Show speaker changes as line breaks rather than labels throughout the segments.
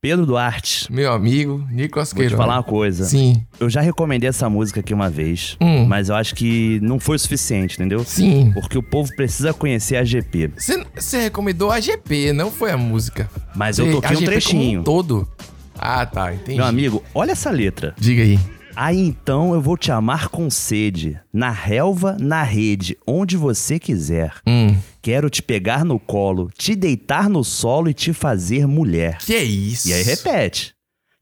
Pedro Duarte.
Meu amigo, Nicolas
Vou te
Queiroz.
falar uma coisa.
Sim,
Eu já recomendei essa música aqui uma vez,
Hum.
mas eu acho que não foi o suficiente, entendeu?
sim.
Porque o povo precisa conhecer a GP.
Você- Você recomendou a GP, não foi a música.
Mas eu
Você-
toquei
a
um
GP Como
trechinho.
um todo. Ah, tá, entendi.
Meu amigo, olha essa letra.
Diga aí.
Aí então eu vou te amar com sede, na relva, na rede, onde você quiser.
Hum.
Quero te pegar no colo, te deitar no solo e te fazer mulher.
Que é isso?
E aí repete.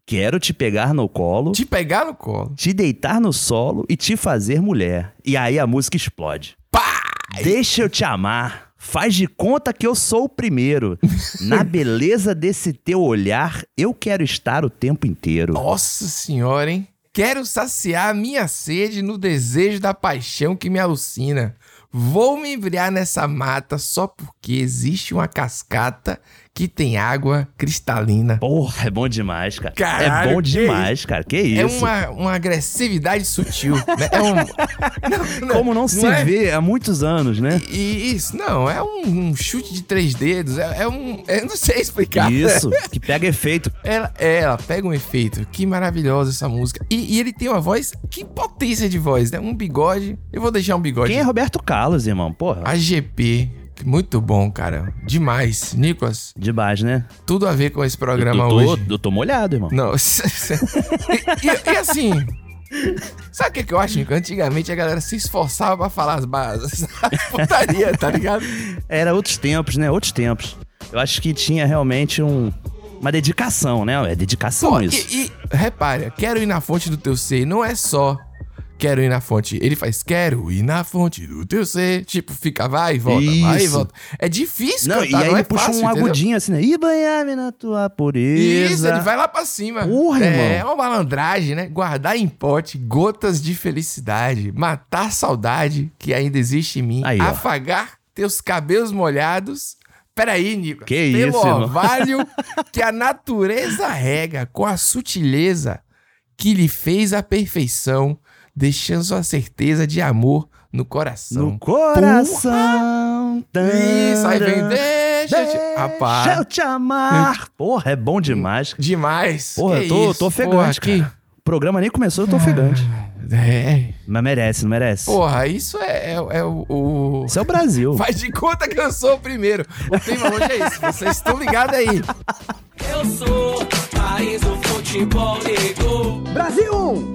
Quero te pegar no colo,
Te pegar no colo.
te deitar no solo e te fazer mulher. E aí a música explode. Deixa eu te amar. Faz de conta que eu sou o primeiro. Na beleza desse teu olhar, eu quero estar o tempo inteiro.
Nossa senhora, hein? Quero saciar a minha sede no desejo da paixão que me alucina. Vou me embriar nessa mata só porque existe uma cascata que tem água cristalina.
Porra, é bom demais, cara.
Caralho,
é bom
que
demais, cara. Que
É
isso?
uma, uma agressividade sutil. né? É um... Não, não,
Como não, se
é?
vê há muitos anos, né?
E- E isso, não, é um, um chute de três dedos, é, é um. Eu não sei explicar.
Isso, que pega efeito.
Ela, ela pega um efeito. Que maravilhosa essa música. E, e ele tem uma voz. Que potência de voz, né? Um bigode. Eu vou deixar um bigode.
Quem é Roberto Carlos, irmão? Porra,
A GP. Muito bom, cara. Demais. Nicolas,
demais, né?
tudo a ver com esse
Eu
programa
tô,
hoje.
eu tô molhado, irmão.
Não. e, e- e assim. Sabe o que, que eu acho, Nicolas? Antigamente a galera se esforçava pra falar as bases. As putaria, tá ligado?
Era outros tempos, né? Outros tempos. Eu acho que tinha realmente um, uma dedicação, né? É dedicação
Pô,
isso.
E, e repara, quero ir na fonte do teu ser, não é só quero ir na fonte. Ele faz quero ir na fonte do teu ser. Tipo, fica, vai e volta, vai e
Isso.
volta. É difícil,
Não,
cantar,
e aí
não é
ele puxa
fácil,
um
entendeu?
agudinho assim, né? E banhar-me na tua pureza.
Isso, ele vai lá pra cima.
Porra,
é,
irmão.
é uma malandragem, né? Guardar em pote gotas de felicidade, matar a saudade que ainda existe em mim,
Aí, ó.
afagar teus cabelos molhados. Peraí, Nico.
Que
Pelo
isso, irmão.
orvalho que a natureza rega com a sutileza que lhe fez a perfeição, deixando a certeza de amor no coração.
No coração.
Isso, aí vem,
Deixa
deixa, te- rapaz,
eu te amar. Porra, é bom demais. cara.
demais.
Porra,
que
eu tô,
isso,
tô ofegante,
porra, que-
cara. O programa nem começou, eu tô ofegante.
É,
Mas merece, não merece?
Porra, isso é, é, é o, o-
Isso é o Brasil.
Faz de conta que eu sou o primeiro. O tema hoje é isso. Vocês estão ligados aí.
Eu sou país do futebol negro.
Brasil 1,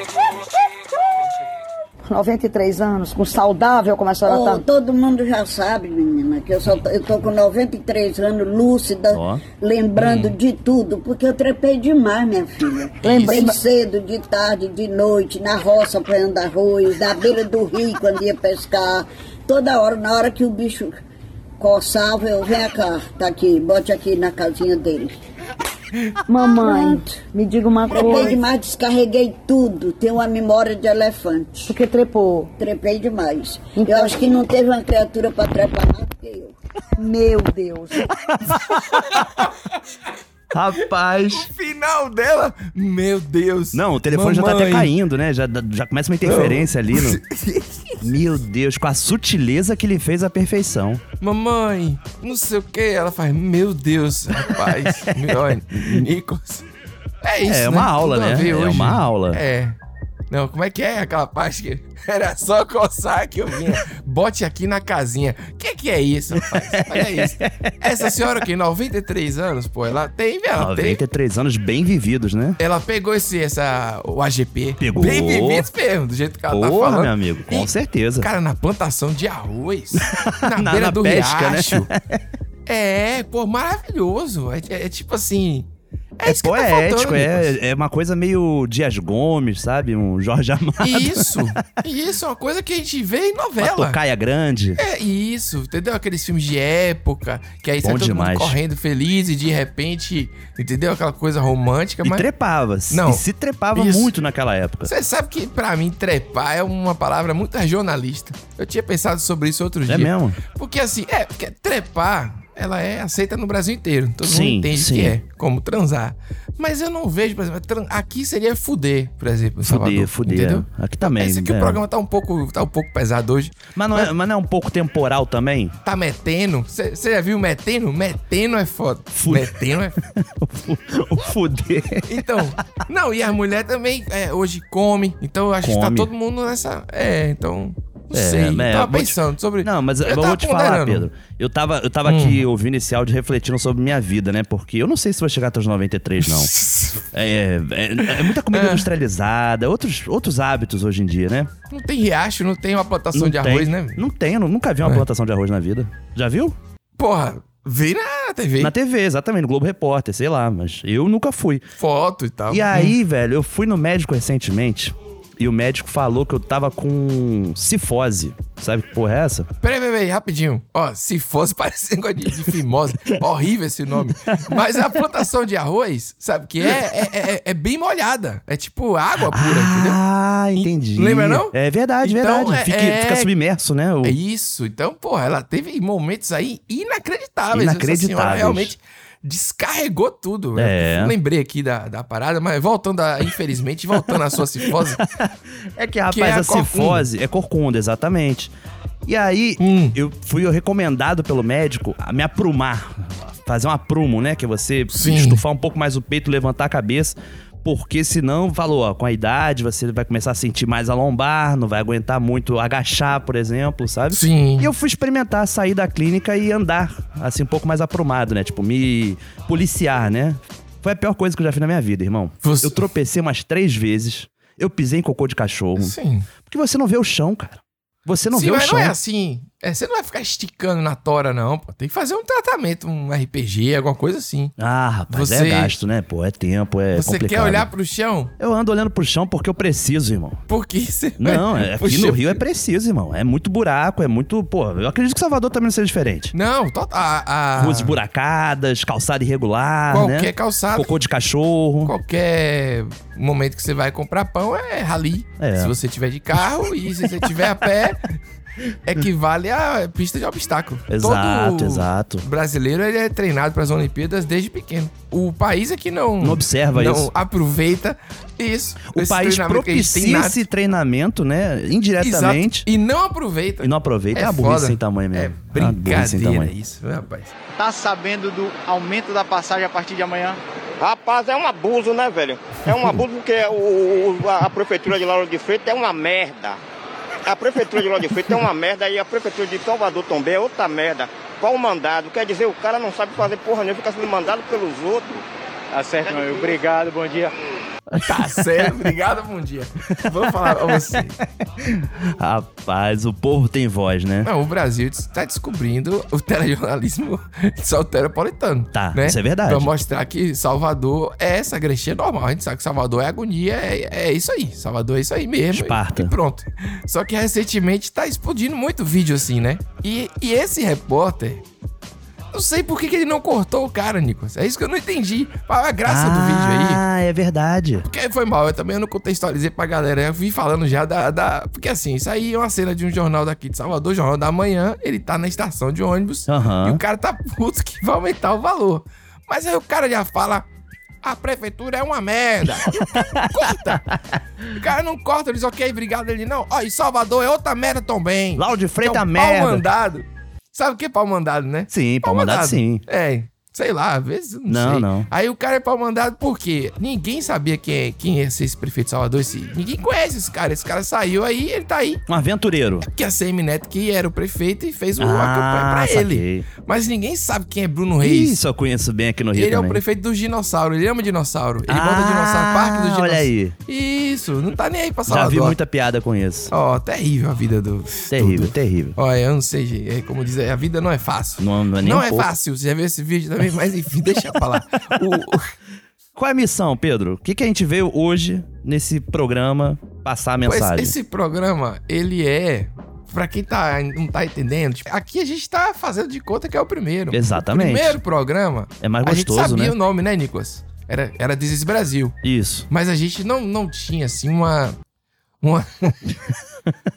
93 anos, com saudável como a senhora
Oh,
tá.
todo mundo já sabe, menina, que eu só tô, eu tô com 93 anos, lúcida,
Ó.
lembrando de tudo, porque eu trepei demais, minha filha. Lembrei cedo, de tarde, de noite, na roça apanhando arroz, na beira do rio quando ia pescar. Toda hora, na hora que o bicho coçava, eu venho cá, tá aqui, bote aqui na casinha dele.
Mamãe, me diga uma
Trepei
coisa.
demais, descarreguei tudo, tenho uma memória de elefante.
Porque trepou.
Trepei demais.
Então-
Eu acho que não teve uma criatura pra trepar mais do que eu.
Meu Deus.
Rapaz.
Final dela. Meu Deus.
Não, o telefone já tá até
Mamãe.
caindo, né? Já, já começa uma interferência ali. no- Meu Deus, com a sutileza que ele fez a perfeição.
Mamãe, não sei o que. Ela faz, meu Deus, rapaz. Olha, Nicolas. É isso.
É uma
né?
aula,
Tudo a
né?
ver
É
hoje.
uma aula.
É. Não, como é que é aquela parte que era só coçar que eu vinha? Bote aqui na casinha. Que que é isso, rapaz? Olha isso. Essa senhora que 93 anos, pô, ela tem, ela tem
93 anos bem vividos, né?
Ela pegou esse, essa, o AGP.
Pegou.
Bem vivido mesmo, do jeito que ela tá
Porra,
falando.
meu amigo, com
E,
certeza.
Cara, na plantação de arroz, na,
Na-
beira
na
do
pesca, né?
riacho. É, pô, maravilhoso. É, é- é tipo assim... É,
É
isso que tá faltando,
poético,
Nicolas.
é, é uma coisa meio Dias Gomes, sabe? Um Jorge Amado,
Isso, isso, é uma coisa que a gente vê em
uma
novela.
tocaia grande.
É isso, entendeu? Aqueles filmes de época, que aí sai
Bom
todo
demais.
mundo correndo feliz e de repente, entendeu? Aquela coisa romântica,
E
mas...
trepava.
Não.
E se trepava
Isso.
muito naquela época.
Você sabe que pra mim trepar é uma palavra muito regionalista. Eu tinha pensado sobre isso outro
É
dia.
mesmo?
Porque assim, é, porque trepar ela é aceita no Brasil inteiro. Todo mundo
Sim,
entende o
sim.
que é, como transar. Mas eu não vejo, por exemplo, tran- aqui seria fuder, por exemplo, em Salvador,
Fuder, fuder.
entendeu?
Aqui também.
Esse aqui o
é.
programa tá um pouco, tá um pouco pesado hoje.
Mas não, é, mas não é um pouco temporal também?
Tá metendo. Você já viu metendo? Metendo é foda.
Fude-
Metendo é foda.
O fu- o fuder.
Então, não, e as mulheres também é, hoje comem. Então eu acho que tá
Come.
todo mundo nessa. É, então. Não
É,
sei.
né,
tava
vou te-
pensando sobre.
Não, mas eu,
eu
vou
tava
te falar,
ponderando. Hum.
Pedro. Eu tava, eu tava aqui ouvindo esse áudio refletindo sobre minha vida, né? Porque eu não sei se vou chegar até os 93, não. é, é- é muita comida industrializada, outros, outros hábitos hoje em dia, né?
Não tem riacho, não tem uma plantação de
tem,
arroz, né? É.
Não tem, eu nunca vi uma plantação de arroz na vida. Já viu?
Porra, vi na TV.
Na TV, exatamente, no Globo Repórter, sei lá, mas eu nunca fui.
Foto e tal.
E aí, velho, eu fui no médico recentemente e o médico falou que eu tava com cifose. Sabe que porra é essa?
Peraí, peraí, peraí, rapidinho. Ó, se fosse parece negócio de, de fimose. Horrível esse nome. Mas a plantação de arroz, sabe o que é? É, é- é- é bem molhada. É tipo água pura, entendeu?
Ah, entendi.
Lembra, não?
É verdade,
Então,
verdade.
é-
Fica,
é-
fica submerso, né? O-
É isso. Então, porra, ela teve momentos aí inacreditáveis. Essa senhora
Inacreditáveis.
realmente descarregou tudo. Eu
É.
lembrei aqui da, da parada, mas voltando, a, infelizmente, voltando à sua cifose.
É que, rapaz,
Que é a
a cifose é corcunda, exatamente. E aí,
Hum.
eu fui recomendado pelo médico a me aprumar. Fazer um aprumo, né? Que é você
Sim.
estufar um pouco mais o peito, levantar a cabeça. Porque senão, falou, ó, com a idade você vai começar a sentir mais a lombar, não vai aguentar muito agachar, por exemplo, sabe?
Sim.
E eu fui experimentar sair da clínica e andar, assim, um pouco mais aprumado, né? Tipo, me policiar, né? Foi a pior coisa que eu já fiz na minha vida, irmão.
Você-
Eu tropecei umas três vezes. Eu pisei em cocô de cachorro.
Sim.
Porque você não vê o chão, cara. Você não
Sim,
vê o
mas
chão.
não é assim. É, você não vai ficar esticando na tora, não, pô. Tem que fazer um tratamento, um RPG, alguma coisa assim.
Ah, rapaz,
Você-
é gasto, né? Pô, é tempo, é
você
complicado.
quer olhar pro chão?
Eu ando olhando pro chão porque eu preciso, irmão.
Porque você.
Não, é- aqui
Puxa,
no Rio é preciso, irmão. É muito buraco, é muito... Pô, eu acredito que Salvador também não seja diferente.
Não, to- a, a-
Ruas esburacadas, calçada irregular,
Ah. Qualquer
né?
calçada.
Cocô de cachorro.
Qualquer momento que você vai comprar pão é rali.
É.
Se você tiver de carro e se você tiver a pé, equivale a pista de obstáculo.
Exato,
Todo
exato.
Brasileiro ele é treinado para as Olimpíadas desde pequeno. O país é que não
Não observa
não
isso.
aproveita isso.
O
esse
país
treinamento que a gente tem
propicia
nato.
esse treinamento, né? Indiretamente.
Exato. E não aproveita.
E não aproveita. É, uma burrice
foda.
sem tamanho mesmo.
É
É uma burrice sem
brincadeira
tamanho.
isso, né, rapaz.
Tá sabendo do aumento da passagem a partir de amanhã?
Rapaz, é um abuso, né, velho? É um abuso porque o, o- a a prefeitura de Lauro de Freitas é uma merda. A prefeitura de Lauro de Freitas é uma merda e a prefeitura de Salvador também é outra merda. Qual o mandado? Quer dizer, o cara não sabe fazer porra nenhuma, fica sendo mandado pelos outros.
Tá certo, meu. Obrigado, bom dia.
Tá certo, obrigado, bom dia. Vou falar pra você.
Rapaz, o povo tem voz, né?
Não, o Brasil está descobrindo o telejornalismo solteropolitano.
Tá,
né?
isso é verdade.
Pra mostrar que Salvador é essa grechinha normal. A gente sabe que Salvador é agonia, é, é isso aí. Salvador é isso aí mesmo.
Esparta.
E, e pronto. Só que recentemente tá explodindo muito vídeo assim, né? E, e esse repórter. Não sei por que, que ele não cortou o cara, Nicolas. É isso que eu não entendi. Qual a graça do vídeo aí?
Ah, é verdade.
Porque foi mal, eu também não contextualizei pra galera. Eu vim falando já da, da- Porque assim, isso aí é uma cena de um jornal daqui de Salvador, Jornal da Manhã. Ele tá na estação de ônibus
Aham.
e o cara tá puto que vai aumentar o valor. Mas aí o cara já fala: a prefeitura é uma merda. E o cara não corta. O cara não corta, ele diz: ok, obrigado. Ele não, ó, e Salvador é outra merda também.
Lauro de Freitas
é um
merda.
Pau mandado. Sabe o que é pau mandado, né?
Sim, pau mandado, sim.
É, sei lá, às vezes eu não,
Não,
sei.
não.
Aí o cara é pau mandado por quê? Ninguém sabia quem, é- quem ia ser esse prefeito de Salvador. Esse, ninguém conhece esse cara. Esse cara saiu aí, ele tá aí.
Um aventureiro.
Que é a Semineto, que era o prefeito, e fez o, a
Ah,
campanha é pra ele.
saquei.
Mas ninguém sabe quem é Bruno Reis.
Isso eu conheço bem aqui no Rio
Ele é o
também.
prefeito dos dinossauros, ele ama dinossauro. Ele
Ah,
bota dinossauro, parque dos dinossauros.
olha aí.
Isso, não tá nem aí pra
Já
Salvador.
vi muita piada com isso.
Ó, terrível a vida do...
Terrível,
do-
terrível.
Olha, eu não sei, gente. É como dizer, a vida não é fácil.
Não- não é nem um pouco.
fácil. Você já viu esse vídeo também? Mas enfim, deixa eu falar. O- o-
Qual é a missão, Pedro? O que, que a gente veio hoje nesse programa passar a
pois
mensagem?
esse programa, ele é. Pra quem tá, não tá entendendo, tipo, aqui a gente tá fazendo de conta que é o primeiro.
Exatamente.
O primeiro programa.
É mais
A
gostoso,
gente sabia
né?
o nome, né, Nicolas? Era, era This is Brasil.
Isso.
Mas a gente não, não tinha, assim, uma. uma,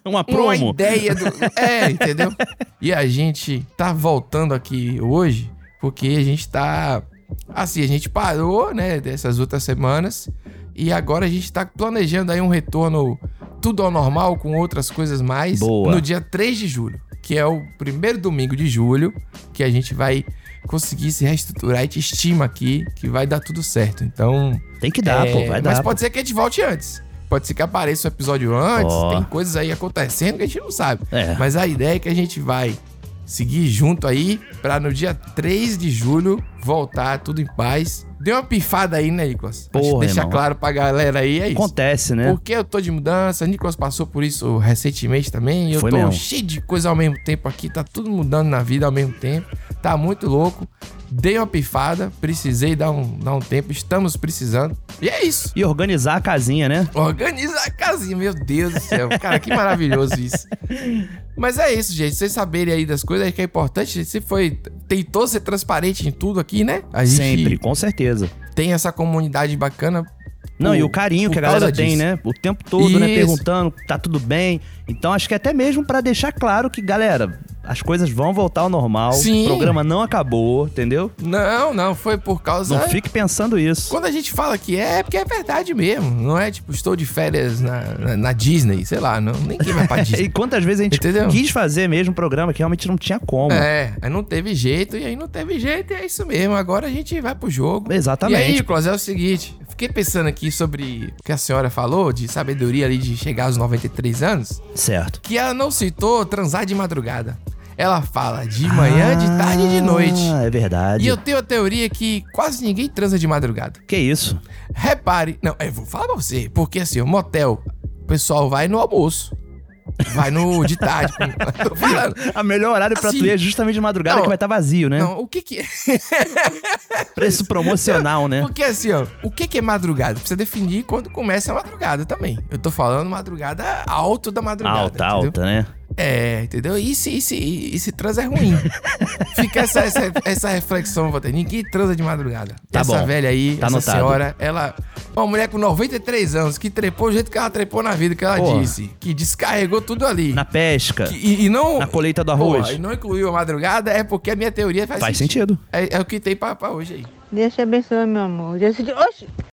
uma
uma
promo.
ideia do. É, entendeu? E a gente tá voltando aqui hoje porque a gente tá. Assim, a gente parou, né, dessas outras semanas e agora a gente tá planejando aí um retorno tudo ao normal com outras coisas mais
Boa.
no dia 3 de julho, que é o primeiro domingo de julho que a gente vai conseguir se reestruturar e te estima aqui que vai dar tudo certo. Então,
Tem que dar,
é,
pô. Vai dar.
Mas
pô.
pode ser que a gente volte antes. Pode ser que apareça o episódio antes.
Ó.
Tem coisas aí acontecendo que a gente não sabe.
É.
Mas a ideia é que a gente vai seguir junto aí pra no dia 3 de julho voltar tudo em paz. Deu uma pifada aí, né, Nicolas? Acho que
Porra,
deixar
irmão.
claro pra galera aí, é isso.
Acontece, né?
Porque eu tô de mudança, Nicolas passou por isso recentemente também. Eu
Foi
tô
mesmo.
cheio de coisa ao mesmo tempo aqui, tá tudo mudando na vida ao mesmo tempo. Tá muito louco. Dei uma pifada, precisei dar um, dar um tempo, estamos precisando. E é isso.
E organizar a casinha, né?
Organiza a casinha, meu Deus do céu. Cara, que maravilhoso isso. Mas é isso, gente. Vocês saberem aí das coisas que é importante. Você foi. Tentou ser transparente em tudo aqui, né? A gente
Sempre, com certeza.
tem essa comunidade bacana.
Não,
por-
e o carinho
por
que a galera
causa
tem,
disso.
né? O tempo todo, né?
Isso.
Perguntando, tá tudo bem. Então acho que até mesmo pra deixar claro que, galera, as coisas vão voltar ao normal.
Sim.
O programa não acabou, entendeu?
Não, não, foi por causa.
Não fique pensando isso.
Quando a gente fala que é, é porque é verdade mesmo. Não é tipo, estou de férias na, na, na Disney, sei lá, não, nem quem vai pra
E
Disney.
quantas vezes a gente
Entendeu?
quis fazer mesmo um programa que realmente não tinha como.
É, aí não teve jeito, e aí não teve jeito, e é isso mesmo. Agora a gente vai pro jogo.
Exatamente.
E aí, Nicolas, é o seguinte, eu fiquei pensando aqui sobre o que a senhora falou de sabedoria ali de chegar aos 93 anos,
Certo.
que ela não citou transar de madrugada. Ela fala de manhã, é de tarde e de noite.
Ah, é verdade.
E eu tenho a teoria que quase ninguém transa de madrugada.
Que isso?
Repare, não, eu vou falar pra você, porque assim, o motel, o pessoal vai no almoço. Vai no de tarde. tô falando.
A melhor horário pra
Assim,
tu ir é justamente de madrugada
não,
que vai estar vazio, né?
Não, o que que é?
Preço promocional, né?
Porque assim, ó, o que que é madrugada? Precisa definir quando começa a madrugada também. Eu tô falando madrugada alto da madrugada.
Alta,
entendeu?
alta, né?
É, entendeu? E se, e se, e se trans é ruim? Fica essa, essa, essa reflexão, Walter. Ninguém transa de madrugada.
Tá
essa
bom.
velha aí,
Tá
essa
anotado.
senhora, ela. Uma mulher com 93 anos que trepou o jeito que ela trepou na vida, que ela
Porra.
disse. Que descarregou tudo ali.
Na pesca,
Que- e, e não.
na colheita do arroz.
Porra, e não incluiu a madrugada é porque a minha teoria faz,
Faz sentido.
É, é o que tem pra, pra hoje aí.
Deus te abençoe, meu amor. Deus te... Oxi!